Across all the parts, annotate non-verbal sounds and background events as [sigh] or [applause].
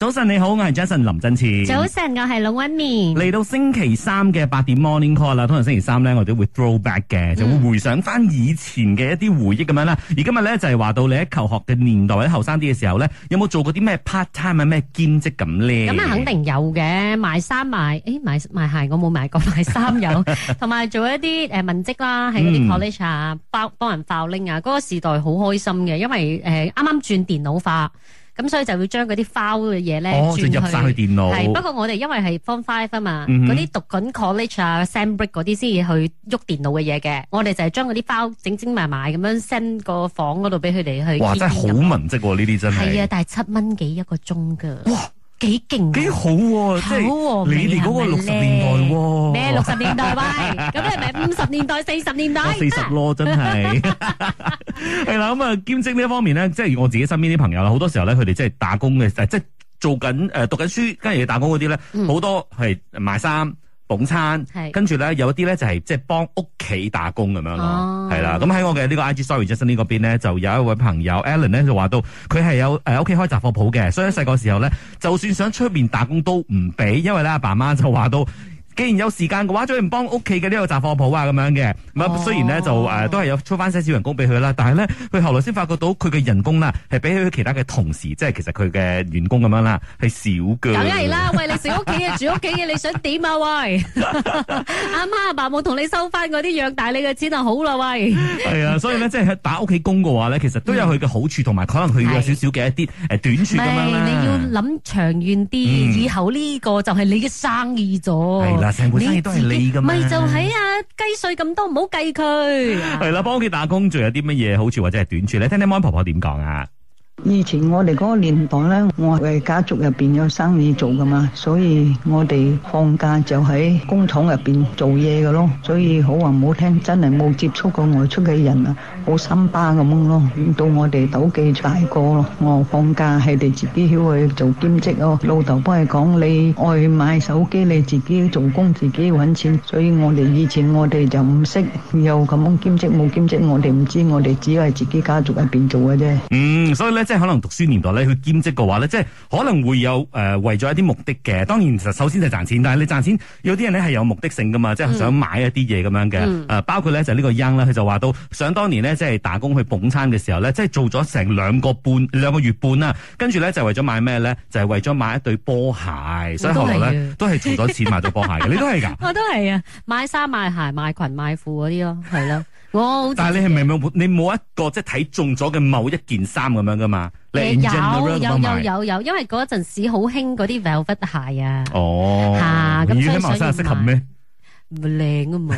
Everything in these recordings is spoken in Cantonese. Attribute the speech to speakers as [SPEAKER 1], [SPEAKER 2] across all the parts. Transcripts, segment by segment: [SPEAKER 1] 早晨你好，我係 Jason 林振前。
[SPEAKER 2] 早晨，我係老温面。
[SPEAKER 1] 嚟到星期三嘅八點 morning call 啦，通常星期三咧，我哋都會 throw back 嘅，
[SPEAKER 2] 嗯
[SPEAKER 1] 就會回想翻以前嘅一啲回憶咁樣啦。而今日咧就係話到你喺求學嘅年代，或者後生啲嘅時候咧，有冇做過啲咩 part time 啊、咩兼職咁咧？
[SPEAKER 2] 咁啊，肯定有嘅，賣衫賣，誒賣賣鞋我冇賣過，賣衫有，同埋做一啲誒文職啦，喺嗰
[SPEAKER 1] 嗯
[SPEAKER 2] 啲 college à, 啊，包幫人 filing 啊，嗰個時代好開心嘅，因為誒啱啱轉電腦化，咁所以就要將嗰啲 file 嘅嘢咧
[SPEAKER 1] 哦，
[SPEAKER 2] 轉
[SPEAKER 1] 就入晒去電腦。
[SPEAKER 2] 係，不過我哋因為係 form five 啊嘛，
[SPEAKER 1] 嗯哼
[SPEAKER 2] 嗰啲讀緊 college 啊、send break 嗰啲先至去喐電腦嘅嘢嘅，我哋就係將嗰啲 file 整整埋埋咁樣 send 個房嗰度俾佢哋去 keep 咁樣。
[SPEAKER 1] 哇，真係好文職喎，呢啲真
[SPEAKER 2] 係啊，
[SPEAKER 1] 係。
[SPEAKER 2] 但係七蚊幾一個鐘噶，哇，幾勁啊，
[SPEAKER 1] 幾好喎，即係
[SPEAKER 2] 好啊喎
[SPEAKER 1] 你哋嗰個六
[SPEAKER 2] 味係咪
[SPEAKER 1] 十年代喎。
[SPEAKER 2] 咩六十年代喂，
[SPEAKER 1] [laughs]
[SPEAKER 2] 咁你係咪五十年代、四十年代
[SPEAKER 1] 我？四十咯，真
[SPEAKER 2] [laughs]
[SPEAKER 1] 係係啦。咁啊，兼職呢一方面咧，即係我自己身邊啲朋友啦，好多時候咧，佢哋即係打工嘅，呃即係做呃緊誒讀緊書，跟住打工嗰啲咧，好、
[SPEAKER 2] 嗯
[SPEAKER 1] 多係賣衫、捧餐。
[SPEAKER 2] 係
[SPEAKER 1] 跟住咧，有一啲咧就係即係幫屋企打工咁樣咯
[SPEAKER 2] 哦，
[SPEAKER 1] 係啦。咁喺我嘅呢個 IG Story Justin 呢個邊咧，就有一位朋友 Alan 咧就話到，佢係有呃誒屋企開雜貨鋪嘅，所以喺細個時候咧，就算想出面打工都唔俾，因為咧阿爸媽就話到。既然有時間嘅話，最唔幫屋企嘅呢個雜貨鋪啊咁樣嘅，咁啊
[SPEAKER 2] 哦
[SPEAKER 1] 雖然咧就誒、呃都係有出翻些少人工俾佢啦，但係咧佢後來先發覺到佢嘅人工啦係比佢其他嘅同事，即係其實佢嘅員工咁樣啦係少嘅。
[SPEAKER 2] 梗係啦，喂，你食屋企嘅、住屋企嘅，你想點啊？喂， [laughs] 阿媽阿爸冇同你收翻嗰啲養大你嘅錢就好啦，喂，
[SPEAKER 1] 係啊，所以咧，即係打屋企工嘅話咧，其實都有佢嘅好處，同埋可能佢有少少嘅一啲誒短處咁樣啦。
[SPEAKER 2] 你要諗長遠啲，
[SPEAKER 1] 嗯
[SPEAKER 2] 以後呢個就係你嘅生意咗。
[SPEAKER 1] 係啦，成盤生意都係你
[SPEAKER 2] 自己
[SPEAKER 1] 噶嘛。
[SPEAKER 2] 咪就係啊，雞碎咁多，唔好
[SPEAKER 1] [laughs]
[SPEAKER 2] 計佢。 [laughs]
[SPEAKER 1] 係啦，幫屋企打工仲有啲乜嘢好處或者係短處咧？聽聽 Mon 婆婆點講啊？
[SPEAKER 3] 以前我哋嗰個年代咧，我係家族入邊有生意做噶嘛，所以我哋放假就喺工廠入邊做嘢嘅咯。所以好話唔好聽，真係冇接觸過外出嘅人啊，好心巴咁樣咯。到我哋鬥記大個咯，我放假係哋自己曉去做兼職咯。老豆幫佢講，你愛買手機，你自己做工，自己揾錢。所以我哋以前我哋就唔識，以後咁樣兼職冇兼職，我哋唔知，我哋只係自己家族入邊做嘅啫。
[SPEAKER 1] 嗯，所以咧，即係可能讀書年代咧，佢兼職嘅話咧，即係可能會有誒、呃、為咗一啲目的嘅。當然，其實首先就係賺錢，但係你賺錢有啲人咧係有目的性噶嘛，即係想買一啲嘢咁樣嘅。誒、呃
[SPEAKER 2] 嗯
[SPEAKER 1] 包括咧就呢個 Young 啦，佢就話到想當年咧，即係打工去捧餐嘅時候咧，即係做咗成兩個半兩個月半啦，跟住咧就為咗買咩咧，就係、為咗買一對波鞋，所以後來
[SPEAKER 2] 嗯
[SPEAKER 1] 咧都係做咗錢買對波鞋嘅。你都
[SPEAKER 2] [laughs]
[SPEAKER 1] 係㗎，
[SPEAKER 2] 我都係啊，買衫買鞋買裙買褲嗰啲咯，
[SPEAKER 1] [laughs]
[SPEAKER 2] 係咯。我好
[SPEAKER 1] 但係你係咪冇你冇一個即係睇中咗嘅某一件衫咁樣噶嘛？你係 in general 咁樣
[SPEAKER 2] 有有有
[SPEAKER 1] 買
[SPEAKER 2] 有有，因為嗰陣時好興嗰啲 velvet 鞋啊，
[SPEAKER 1] 哦，
[SPEAKER 2] 嚇咁
[SPEAKER 1] 咦
[SPEAKER 2] 所以
[SPEAKER 1] 啲馬來西亞
[SPEAKER 2] 想
[SPEAKER 1] 適合
[SPEAKER 2] 要買
[SPEAKER 1] 咩？
[SPEAKER 2] 唔
[SPEAKER 1] [laughs]
[SPEAKER 2] 靚啊嘛，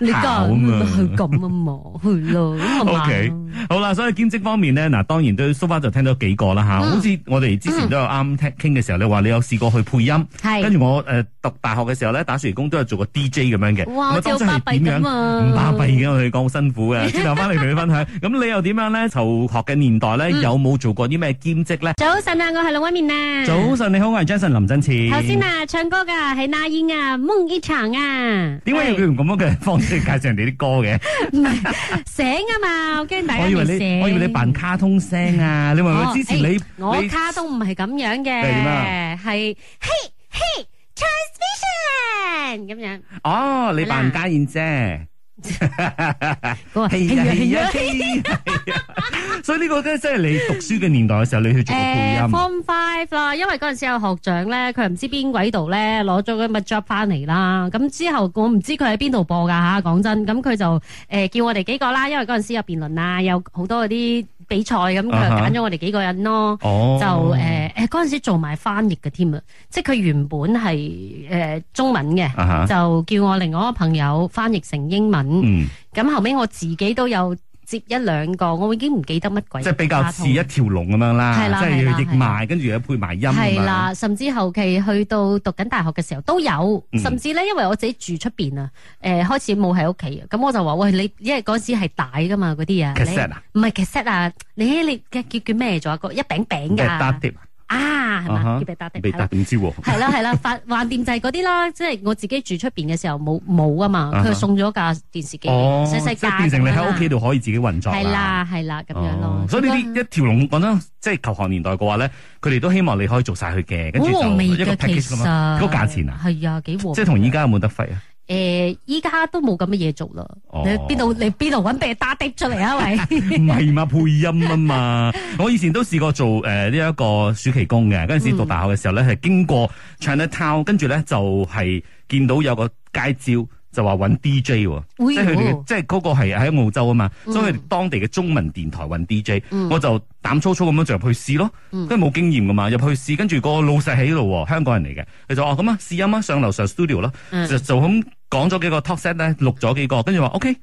[SPEAKER 2] 你
[SPEAKER 1] 姣啊
[SPEAKER 2] 咁
[SPEAKER 1] 嘛
[SPEAKER 2] 去咁啊嘛，去咯咁啊
[SPEAKER 1] OK
[SPEAKER 2] 嘛。
[SPEAKER 1] 好啦，所以兼職方面咧，嗱當然都 so far 就聽到幾個啦吓，
[SPEAKER 2] 嗯
[SPEAKER 1] 好似我哋之前都有啱聽傾嘅時候，你話你有試過去配音，跟
[SPEAKER 2] 嗯係，
[SPEAKER 1] 住我誒、呃、讀大學嘅時候咧，打暑期工都有做過 DJ 咁樣嘅。
[SPEAKER 2] 哇，我
[SPEAKER 1] 咁啊
[SPEAKER 2] 就
[SPEAKER 1] 當
[SPEAKER 2] 巴閉
[SPEAKER 1] 真係點
[SPEAKER 2] 咁
[SPEAKER 1] 樣？
[SPEAKER 2] 啊，
[SPEAKER 1] 唔巴閉嘅，我哋講好辛苦嘅。轉頭翻嚟同你分享，咁你又點樣咧？求學嘅年代咧，
[SPEAKER 2] 嗯
[SPEAKER 1] 有冇做過啲咩兼職咧？
[SPEAKER 2] 早晨啊，我係老威面啊。
[SPEAKER 1] 早晨你好，我係 Jason 林振前。
[SPEAKER 2] 頭先啊，唱歌噶係那英啊，夢一場啊。
[SPEAKER 1] 點解要用咁樣嘅方式介紹人哋啲歌嘅？
[SPEAKER 2] 唔係醒啊嘛？我驚大家
[SPEAKER 1] 我以
[SPEAKER 2] 未
[SPEAKER 1] 為
[SPEAKER 2] 醒。
[SPEAKER 1] 你，我以為你扮卡通聲啊！你話
[SPEAKER 2] 哦
[SPEAKER 1] 咪之前你
[SPEAKER 2] 哎我
[SPEAKER 1] 你
[SPEAKER 2] 卡都唔係咁樣
[SPEAKER 1] 係點啊
[SPEAKER 2] 嘅，係嘿嘿 transmission 咁樣。
[SPEAKER 1] 哦，你扮家燕姐。
[SPEAKER 2] 嗰個
[SPEAKER 1] 係啊係啊
[SPEAKER 2] 哎
[SPEAKER 1] 係啊！所以呢個咧，即係你讀書嘅年代嘅時候，你去做個配
[SPEAKER 2] 誒
[SPEAKER 1] 音。
[SPEAKER 2] form five 啦，因為嗰陣時有學長咧，佢唔知邊鬼度咧攞咗個乜 job 翻嚟啦，咁之後我唔知佢喺邊度播㗎吓，講真，咁佢就誒、叫我哋幾個啦，因為嗰陣時有辯論啊，有好多嗰啲比賽，咁佢就
[SPEAKER 1] 啊哈
[SPEAKER 2] 揀咗我哋幾個人咯。
[SPEAKER 1] 哦，
[SPEAKER 2] 就誒誒嗰陣時做埋翻譯嘅添啊，即係佢原本係誒、呃中文嘅，
[SPEAKER 1] 啊哈，
[SPEAKER 2] 就叫我另外一個朋友翻譯成英文。
[SPEAKER 1] 嗯，
[SPEAKER 2] 咁、後尾我自己都有接一兩個，我已經唔記得乜鬼。
[SPEAKER 1] 即係比較似一條龍咁樣
[SPEAKER 2] 係
[SPEAKER 1] 啦，
[SPEAKER 2] 啦
[SPEAKER 1] 即係
[SPEAKER 2] 係啦
[SPEAKER 1] 要譯埋，跟住又配埋音咁
[SPEAKER 2] 係
[SPEAKER 1] 樣。
[SPEAKER 2] 啦，甚至後期去到讀緊大學嘅時候都有，
[SPEAKER 1] 嗯
[SPEAKER 2] 甚至咧因為我自己住出邊啊，誒、開始冇喺屋企啊，咁我就話喂你，因為嗰陣時係帶噶嘛嗰啲啊，
[SPEAKER 1] cassette 啊，
[SPEAKER 2] 你唔係 cassette 啊，你你叫叫咩咗啊？個一餅餅
[SPEAKER 1] 即係
[SPEAKER 2] 㗎。
[SPEAKER 1] 搭碟
[SPEAKER 2] 啊，係
[SPEAKER 1] 啊哈
[SPEAKER 2] 嘛？叫比達迪
[SPEAKER 1] 未
[SPEAKER 2] 係啦
[SPEAKER 1] 達唔知喎。
[SPEAKER 2] 係啦
[SPEAKER 1] [laughs]
[SPEAKER 2] 係啦，飯飯店就係嗰啲啦，即係我自己住出邊嘅時候冇冇啊嘛，
[SPEAKER 1] 啊哈
[SPEAKER 2] 佢送咗架電視機，
[SPEAKER 1] 哦，
[SPEAKER 2] 細細
[SPEAKER 1] 即係
[SPEAKER 2] 架
[SPEAKER 1] 變成你
[SPEAKER 2] 咁樣啦
[SPEAKER 1] 喺屋企度可以自己運作
[SPEAKER 2] 係啦係啦咁樣咯
[SPEAKER 1] 哦，所以呢
[SPEAKER 2] 咁
[SPEAKER 1] 啲
[SPEAKER 2] 樣
[SPEAKER 1] 一條龍講真，即係求學年代嘅話咧，佢哋都希望你可以做晒佢嘅，跟住
[SPEAKER 2] 啊好和
[SPEAKER 1] 就
[SPEAKER 2] 味
[SPEAKER 1] 一個
[SPEAKER 2] 嘅其
[SPEAKER 1] package 咁樣，
[SPEAKER 2] 實，
[SPEAKER 1] 嗰個價錢啊，
[SPEAKER 2] 係啊幾和味，
[SPEAKER 1] 即係同依家有冇得揮啊？
[SPEAKER 2] 誒依家都冇咁嘅嘢做啦，
[SPEAKER 1] 哦
[SPEAKER 2] 你邊度你邊度揾比打的出嚟啊
[SPEAKER 1] [laughs]
[SPEAKER 2] 喂？ [laughs]
[SPEAKER 1] 唔係嘛，配音啊嘛。我以前都試過做誒呢一個暑期工嘅，嗰陣時讀大學嘅時候咧，係經過 Chinatown，跟住咧就係見到有個街招。就話揾 DJ 喎，即
[SPEAKER 2] 會
[SPEAKER 1] 係佢哋嘅
[SPEAKER 2] 喎，
[SPEAKER 1] 即係嗰個係喺澳洲啊嘛，
[SPEAKER 2] 哦嗯
[SPEAKER 1] 所以佢哋當地嘅中文電台揾 DJ，
[SPEAKER 2] 嗯
[SPEAKER 1] 我就膽粗粗咁樣就入去試咯，
[SPEAKER 2] 嗯
[SPEAKER 1] 跟住冇經驗噶嘛，入去試，跟住個老細喺度喎，香港人嚟嘅，佢就話哦咁啊試音啊，上樓上 studio 啦，
[SPEAKER 2] 嗯
[SPEAKER 1] 就就咁講咗幾個 talk set 咧，錄咗幾個，跟住話 OK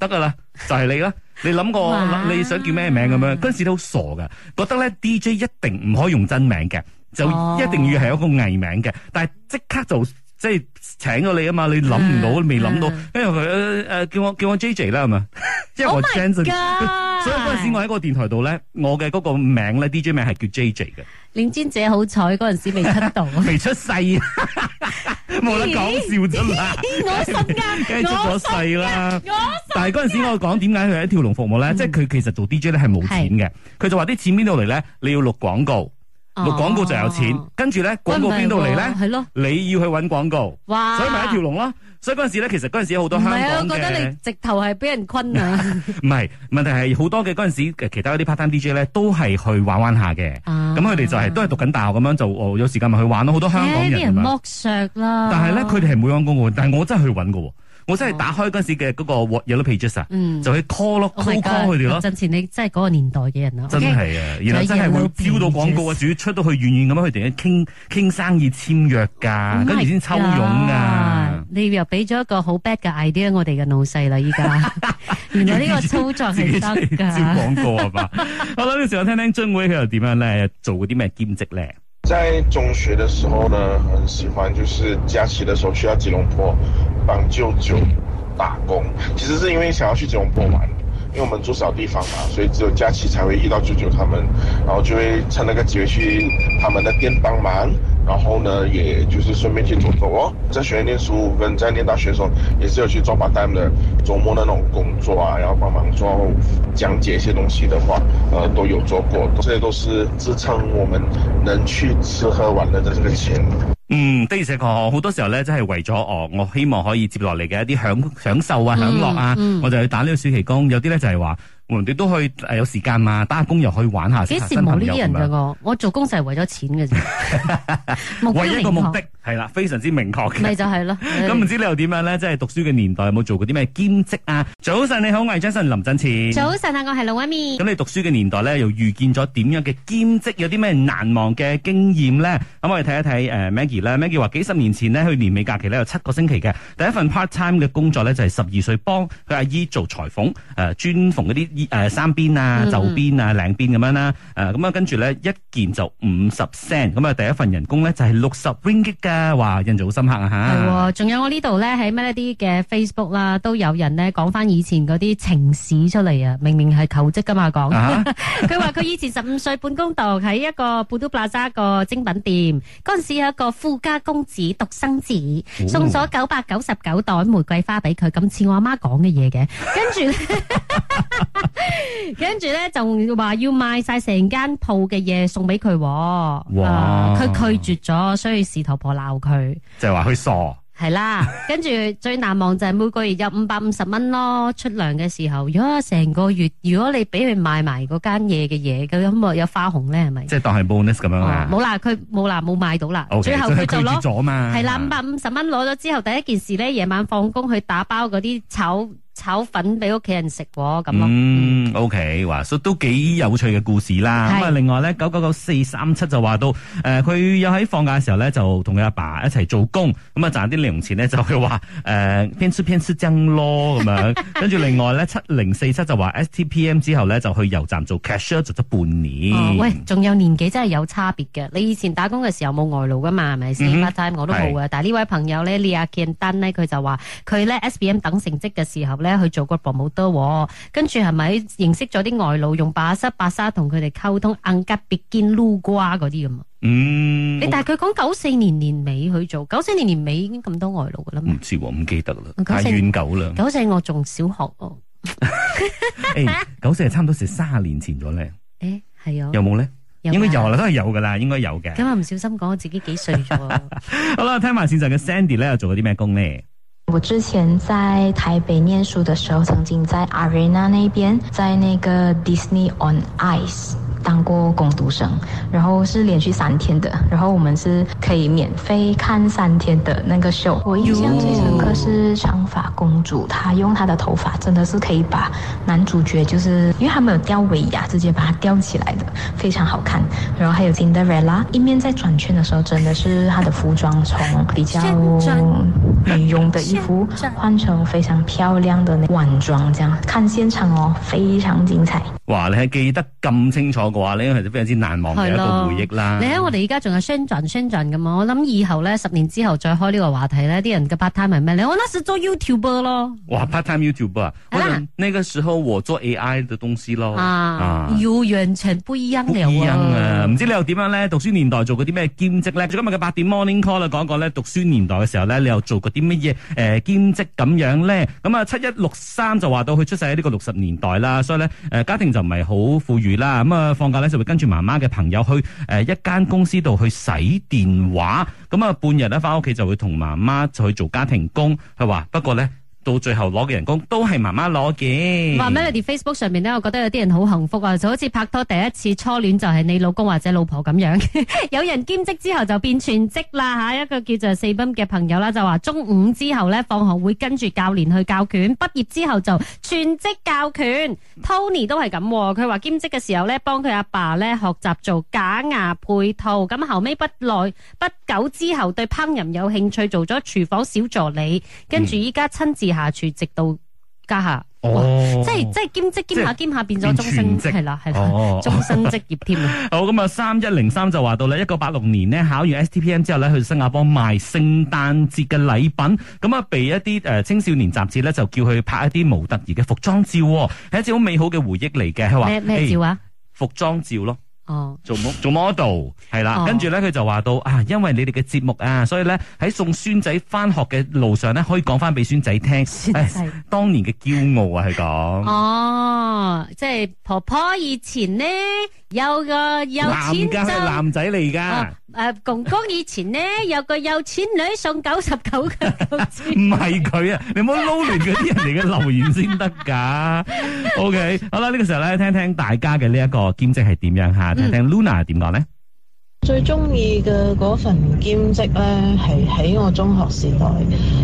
[SPEAKER 1] 得噶啦，就係你啦。 [laughs] 你諗
[SPEAKER 2] 哇嗯
[SPEAKER 1] 過你想叫咩名咁樣？嗰陣時都好傻噶，覺得咧 DJ 一定唔可以用真名嘅，就
[SPEAKER 2] 哦
[SPEAKER 1] 一定要係一個藝名嘅。但係即刻就即係請咗你啊嘛，你諗唔到，
[SPEAKER 2] 嗯
[SPEAKER 1] 未諗到
[SPEAKER 2] 嗯，
[SPEAKER 1] 跟住佢誒誒叫我叫我 JJ 啦，係
[SPEAKER 2] [laughs]
[SPEAKER 1] 咪？因為
[SPEAKER 2] Oh
[SPEAKER 1] 我
[SPEAKER 2] my
[SPEAKER 1] Jensen，
[SPEAKER 2] God！
[SPEAKER 1] 所以嗰陣 [laughs] 時我喺個電台度咧，我嘅嗰個名咧 DJ 名係叫 JJ
[SPEAKER 2] [laughs]
[SPEAKER 1] 嘅。
[SPEAKER 2] 領尖姐好彩嗰陣時未出
[SPEAKER 1] [laughs]
[SPEAKER 2] 道，
[SPEAKER 1] 未出世，冇得講笑啫啦，
[SPEAKER 2] 我信
[SPEAKER 1] 梗係
[SPEAKER 2] 㗎，
[SPEAKER 1] 出
[SPEAKER 2] 我
[SPEAKER 1] 咗世啦。
[SPEAKER 2] 我
[SPEAKER 1] 但係嗰陣時我講點解佢係一條龍服務咧，
[SPEAKER 2] 嗯
[SPEAKER 1] 即係佢其實做 DJ 咧係冇錢嘅，佢就話啲錢邊度嚟咧？你要錄廣告，錄廣告就有錢
[SPEAKER 2] 哦，
[SPEAKER 1] 跟住咧廣告邊度嚟咧？
[SPEAKER 2] 係咯，
[SPEAKER 1] 你要去揾廣告，
[SPEAKER 2] 哇！
[SPEAKER 1] 所以咪一條龍咯。所以嗰陣時咧，其實嗰陣時有好多
[SPEAKER 2] 唔
[SPEAKER 1] 香
[SPEAKER 2] 係啊，
[SPEAKER 1] 港
[SPEAKER 2] 我覺得
[SPEAKER 1] 嘅
[SPEAKER 2] 你，直頭係俾人困啊！
[SPEAKER 1] 唔係問題係好多嘅嗰陣時嘅其他嗰啲 part time DJ 咧，都係去玩玩下嘅。咁
[SPEAKER 2] 咁
[SPEAKER 1] 佢哋就係都係讀緊大學咁樣，就哦有時間咪去玩咯。好多香港
[SPEAKER 2] 啲
[SPEAKER 1] 人
[SPEAKER 2] 人
[SPEAKER 1] 咁樣
[SPEAKER 2] 剝削啦。
[SPEAKER 1] 但係咧，佢哋係冇揾工嘅喎，但係我真係去揾嘅喎，我真係打開嗰陣時嘅嗰個 What Yellow Pages 啊，
[SPEAKER 2] 哦嗯
[SPEAKER 1] 就去 call 咯
[SPEAKER 2] Oh
[SPEAKER 1] ，call
[SPEAKER 2] my
[SPEAKER 1] call 佢哋咯
[SPEAKER 2] God，，陣前你真係嗰個年代嘅人啊，
[SPEAKER 1] 真
[SPEAKER 2] OK？
[SPEAKER 1] 係啊，然後真係會招到廣告啊，仲要出到去遠遠咁樣，佢哋
[SPEAKER 2] 嗯
[SPEAKER 1] 傾傾生意簽約
[SPEAKER 2] Oh
[SPEAKER 1] 㗎，
[SPEAKER 2] my
[SPEAKER 1] 跟住先抽佣啊㗎
[SPEAKER 2] God，。你又俾咗一個好 bad 嘅 idea 我哋嘅老細啦，依家原來呢個操作
[SPEAKER 1] 自
[SPEAKER 2] 哦係
[SPEAKER 1] 己
[SPEAKER 2] 得
[SPEAKER 1] 招
[SPEAKER 2] 㗎。
[SPEAKER 1] 廣告係
[SPEAKER 2] [laughs]
[SPEAKER 1] 嘛？好啦，呢時候聽聽張偉佢又點樣咧？做嗰啲咩兼職咧？
[SPEAKER 4] 在中学的时候呢，很喜欢就是假期的时候去到吉隆坡帮舅舅打工。其实是因为想要去吉隆坡玩，因为我们住小地方嘛，所以只有假期才会遇到舅舅他们，然后就会趁那个机会去他们的店帮忙。然后呢，也就是顺便去走走哦。在学校念书跟在念大学的时候，也是有去做 part time 的周末那种工作啊，然后帮忙做讲解一些东西的话，呃，都有做过。这些都是支撑我们能去吃喝玩乐的这个钱。
[SPEAKER 1] 嗯，的而且確，好多時候咧，真係為咗哦，我希望可以接落嚟嘅一啲享享受啊、
[SPEAKER 2] 嗯
[SPEAKER 1] 享樂啊，
[SPEAKER 2] 嗯
[SPEAKER 1] 我就去打呢個暑期工。有啲咧就係話，人哋都去誒有時間嘛，打下工又可以玩下，識
[SPEAKER 2] 幾
[SPEAKER 1] 下
[SPEAKER 2] 羨
[SPEAKER 1] 新
[SPEAKER 2] 慕
[SPEAKER 1] 朋
[SPEAKER 2] 呢
[SPEAKER 1] 友
[SPEAKER 2] 啲
[SPEAKER 1] 咁
[SPEAKER 2] 人㗎
[SPEAKER 1] 樣。
[SPEAKER 2] 我，我做工就係為咗錢嘅啫，目標
[SPEAKER 1] 唯一個目
[SPEAKER 2] 明確
[SPEAKER 1] 的係啦，非常之明確
[SPEAKER 2] 咪
[SPEAKER 1] 嘅。
[SPEAKER 2] 就係咯。
[SPEAKER 1] 咁唔知你又點樣咧？即係讀書嘅年代有冇做過啲咩兼職啊？早晨你好，我係 Jason 林振前。
[SPEAKER 2] 早晨啊，我係老威面。
[SPEAKER 1] 咁你讀書嘅年代咧，又遇見咗點樣嘅兼職，有啲咩難忘嘅經驗咧？咁我哋睇一睇誒、呃 Maggie 啦，Maggie 話幾十年前咧，去年尾假期咧有七個星期嘅，第一份 part time 嘅工作咧就係十二歲幫佢阿姨做裁縫，誒、呃專縫嗰啲衣誒衫邊啊、
[SPEAKER 2] 嗯
[SPEAKER 1] 袖邊啊、領邊咁樣啦，誒咁啊跟住咧一件就五十 cent，咁啊第一份人工咧就係六十 ringgit 㗎，哇印象好深刻啊
[SPEAKER 2] 係
[SPEAKER 1] 嚇！
[SPEAKER 2] 喎，仲有我呢度咧喺 Melody 嘅 Facebook 啦，都有人咧講翻以前嗰啲情史出嚟啊！明明係求職噶嘛講，
[SPEAKER 1] 啊
[SPEAKER 2] [laughs] 佢話佢以前十五歲半工讀喺一個布都布拉扎個精品店，嗰陣時有一個富家公子獨生子
[SPEAKER 1] 哦
[SPEAKER 2] 送咗九百九十九朵玫瑰花俾佢，咁似我阿媽講嘅嘢嘅，跟住
[SPEAKER 1] [laughs]
[SPEAKER 2] 咧。跟住咧就話要賣晒成間鋪嘅嘢送俾佢喎，
[SPEAKER 1] 哇
[SPEAKER 2] 啊佢、拒絕咗，所以事頭婆鬧佢。
[SPEAKER 1] 就係話佢傻，
[SPEAKER 2] 系
[SPEAKER 1] [laughs]
[SPEAKER 2] 啦，跟住最難忘就係每個月有五百五十蚊咯，出糧嘅時候，如果成個月，如果你俾佢買埋嗰間嘢嘅嘢，咁有冇有花紅咧？係咪？
[SPEAKER 1] 即係當係 bonus 咁樣
[SPEAKER 2] 哦
[SPEAKER 1] 啊。
[SPEAKER 2] 冇啦，佢冇啦，冇買到啦。
[SPEAKER 1] OK，
[SPEAKER 2] 最後
[SPEAKER 1] 所以
[SPEAKER 2] 佢就
[SPEAKER 1] 拒絕
[SPEAKER 2] 攞
[SPEAKER 1] 咗嘛，
[SPEAKER 2] 係啦，五百五十蚊攞咗之後，第一件事咧，夜晚放工去打包嗰啲炒炒粉俾屋企人食喎，咁咯。
[SPEAKER 1] 嗯，OK，哇，所以都幾有趣嘅故事啦。
[SPEAKER 2] 係
[SPEAKER 1] 咁啊，另外咧，九九九四三七就話到，誒、呃佢有喺放假嘅時候咧，就同佢阿爸一齊做工，咁啊賺啲零用錢咧，就佢話誒偏出偏出增咯咁
[SPEAKER 2] [laughs]
[SPEAKER 1] 樣。跟住另外咧，七零四七就話 STPM 之後咧，就去油站做 cashier 做咗半年。
[SPEAKER 2] 哦，喂，仲有年紀真係有差別嘅。你以前打工嘅時候冇外勞噶嘛，係咪先
[SPEAKER 1] 嗯哼
[SPEAKER 2] ？part 啊 time 我都冇嘅。但係呢位朋友咧，李亞健丹咧，佢就話佢咧 S B M 等成績嘅時候咧，咧去做個 promoter，喎跟住係咪認識咗啲外勞，用把室白沙同佢哋溝通，硬吉別堅擼瓜嗰啲咁啊？
[SPEAKER 1] 嗯，
[SPEAKER 2] 你但係佢講九四年年尾去做，九四年年尾已經咁多外勞噶啦
[SPEAKER 1] 我
[SPEAKER 2] 嘛
[SPEAKER 1] 唔。知喎，唔記得啦，
[SPEAKER 2] 嗯
[SPEAKER 1] 太
[SPEAKER 2] 九四
[SPEAKER 1] 遠久啦。
[SPEAKER 2] 九四我仲小學喎，
[SPEAKER 1] 誒，哎九四係差唔多成卅年前咗咧，
[SPEAKER 2] 誒係啊，
[SPEAKER 1] 有冇咧？應該
[SPEAKER 2] 㗎
[SPEAKER 1] 有啦，都係有噶啦，應該有嘅
[SPEAKER 2] 咁。啊，唔小心講我自己幾歲咗啊。
[SPEAKER 1] 好啦，聽埋線上嘅 Sandy 咧，又做咗啲咩工咧？
[SPEAKER 5] 我之前在台北念书的时候，曾经在 Arena 那边，在那个 Disney on Ice 当过工读生，然后是连续三天的，然后我们是可以免费看三天的那个秀。我印象最深刻是长发公主，她用她的头发真的是可以把男主角，就是因为他们有吊尾牙，直接把它吊起来的，非常好看。然后还有 Cinderella，一面在转圈的时候，真的是她的服装从比较
[SPEAKER 2] 旋转
[SPEAKER 5] 女佣的衣服换成非常漂亮的那晚装，这样看现场哦，非常精彩。
[SPEAKER 1] 哇，你係記得咁清楚嘅話咧，係非常之難忘嘅一個
[SPEAKER 2] 係咯
[SPEAKER 1] 回憶啦。
[SPEAKER 2] 你睇我哋而家仲有宣傳宣傳咁啊！我諗以後咧，十年之後再開呢個話題咧，啲人嘅 part time 係咩咧？我那時做 YouTuber 咯，
[SPEAKER 1] 哇，part time YouTube 啊，
[SPEAKER 2] 係
[SPEAKER 1] 我
[SPEAKER 2] 啦
[SPEAKER 1] 就那個時候我做 AI 嘅東西咯。
[SPEAKER 2] 啊，要完全不一樣
[SPEAKER 1] 哦不一
[SPEAKER 2] 了
[SPEAKER 1] 樣啊！
[SPEAKER 2] 啊
[SPEAKER 1] 唔！知你又點樣咧？讀書年代做過啲咩兼職咧？今日嘅八點 Morning Call 啦，講講咧讀書年代嘅時候咧，你又做過啲乜嘢誒兼職咁樣咧？咁啊，七一六三就話到佢出世喺呢個六十年代啦，所以咧誒、呃家庭就唔係好富裕啦。咁啊，放假咧就會跟住媽媽嘅朋友去誒、呃一間公司度去洗電話，咁啊半日咧翻屋企就會同媽媽就去做家庭工。佢話不過咧。到最後攞嘅人工都係媽媽攞嘅，
[SPEAKER 2] 話咩？你哋 Facebook 上面咧，我覺得有啲人好幸福啊，就好似拍拖第一次初戀就係你老公或者老婆咁樣。 [laughs] 有人兼職之後就變全職啦吓，一個叫做四斌嘅朋友啦，就話中午之後咧放學會跟住教練去教拳，畢業之後就全職教拳。Tony 都係咁喎，佢話兼職嘅時候咧幫佢阿爸咧學習做假牙配套，咁後尾不耐不久之後對烹飪有興趣，做咗廚房小助理，跟住依家親自下廚，直到家下。哇
[SPEAKER 1] 哦，
[SPEAKER 2] 即係即係兼職兼下兼下變咗
[SPEAKER 1] 變
[SPEAKER 2] 終身
[SPEAKER 1] 全職
[SPEAKER 2] 係啦係啦，
[SPEAKER 1] 哦
[SPEAKER 2] 終身職業添啊！
[SPEAKER 1] [laughs] 好咁啊，三一零三就話到咧，一九八六年呢，考完 STPM 之後咧，去新加坡賣聖誕節嘅禮品，咁啊被一啲誒青少年雜誌咧就叫佢拍一啲模特兒嘅服裝照喎，係一隻好美好嘅回憶嚟嘅。佢話
[SPEAKER 2] 咩咩照
[SPEAKER 1] 誒
[SPEAKER 2] 啊？
[SPEAKER 1] 服裝照咯。
[SPEAKER 2] 哦， [laughs]
[SPEAKER 1] 做 mo- 做 model 係啦，
[SPEAKER 2] 哦
[SPEAKER 1] 跟住咧佢就話到啊，因為你哋嘅節目啊，所以咧喺送孫仔翻學嘅路上咧，可以講翻俾孫仔聽，
[SPEAKER 2] 孫仔
[SPEAKER 1] 唉當年嘅驕傲啊，佢講。
[SPEAKER 2] 哦，即係婆婆以前呢，有個有
[SPEAKER 1] 男㗎，
[SPEAKER 2] 錢
[SPEAKER 1] 佢係
[SPEAKER 2] 就。
[SPEAKER 1] 男仔嚟㗎。
[SPEAKER 2] 哦，誒、公公以前呢，有個有錢女送九十
[SPEAKER 1] [laughs]
[SPEAKER 2] 九個九千，
[SPEAKER 1] 唔係佢啊，你唔好撈亂嗰啲人嚟嘅留言先得㗎。OK，好啦，呢、個時候咧，聽聽大家嘅呢一個兼職係點樣
[SPEAKER 2] 嗯
[SPEAKER 1] 吓，聽聽 Luna 點講咧。
[SPEAKER 6] 最中意嘅嗰份兼職咧，係喺我中學時代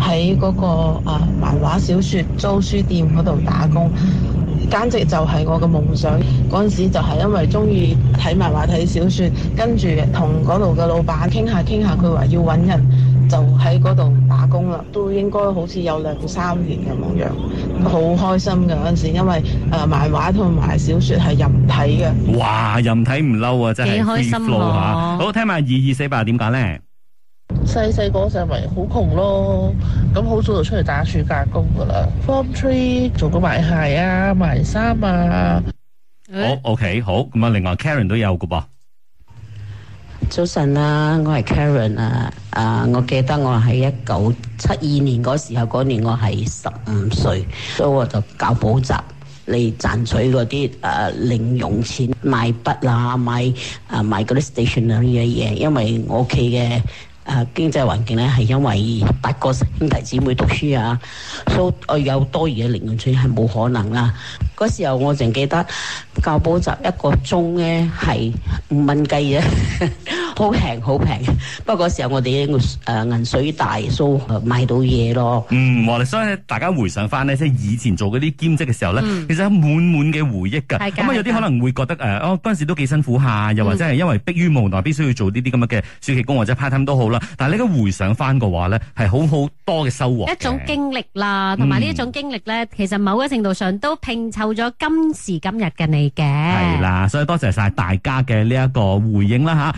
[SPEAKER 6] 喺嗰、個啊漫畫小說租書店嗰度打工，簡直就係我嘅夢想。嗰陣時就係因為中意睇漫畫睇小說，跟住同嗰度嘅老闆傾下傾下，佢話要揾人就喺嗰度打工啦，都應該好似有兩三年咁樣，好開心嘅嗰陣時，因為誒、啊漫畫同埋小說係任睇嘅。
[SPEAKER 1] 哇，任睇唔嬲啊，真係
[SPEAKER 2] 幾開心
[SPEAKER 1] free flow 吓。
[SPEAKER 2] 啊
[SPEAKER 1] 好，聽埋二二四八點講咧。
[SPEAKER 7] 細細個就咪好窮咯，咁好早就出嚟打暑假工噶啦。Form Three 做過賣鞋啊、賣衫啊。
[SPEAKER 1] 好，OK，好。咁啊，另外 Karen 都有㗎噃。
[SPEAKER 8] 早晨啊，我係 Karen 啊，啊，我記得我喺一九七二年嗰時候，嗰年我係十五歲，所以我就搞補習嚟賺取嗰啲誒零用錢，買筆啊，買啊買嗰啲 stationery 嘅嘢，因為我屋企嘅。誒啊經濟環境咧係因為八個兄弟姊妹讀書啊，所以我有多餘嘅零用錢係冇可能啦。嗰時候我仲記得教補習一個鐘咧係五蚊雞嘅， [laughs] 好平好平。不過嗰時候我哋誒銀水大，所以誒買到嘢咯。
[SPEAKER 1] 嗯，哇！所以大家回想翻呢，即係以前做嗰啲兼職嘅時候咧，其實有滿滿嘅回憶㗎。
[SPEAKER 2] 嗯係
[SPEAKER 1] 咁
[SPEAKER 2] 㗎
[SPEAKER 1] 啊，有
[SPEAKER 2] 係
[SPEAKER 1] 啲
[SPEAKER 2] 㗎嗯
[SPEAKER 1] 可能會覺得誒，呃哦嗰陣時都幾辛苦下，又或者係因為迫於無奈，必須要做呢啲咁嘅暑期工或者 part time 都好啦。但係你而家回想翻嘅話咧，係好好多嘅收穫嘅。
[SPEAKER 2] 一種經歷啦，同埋
[SPEAKER 1] 嗯
[SPEAKER 2] 呢一種經歷咧，其實某一程度上都拼湊咗今時今日嘅你嘅。
[SPEAKER 1] 係啦，所以多謝晒大家嘅呢一個回應啦吓。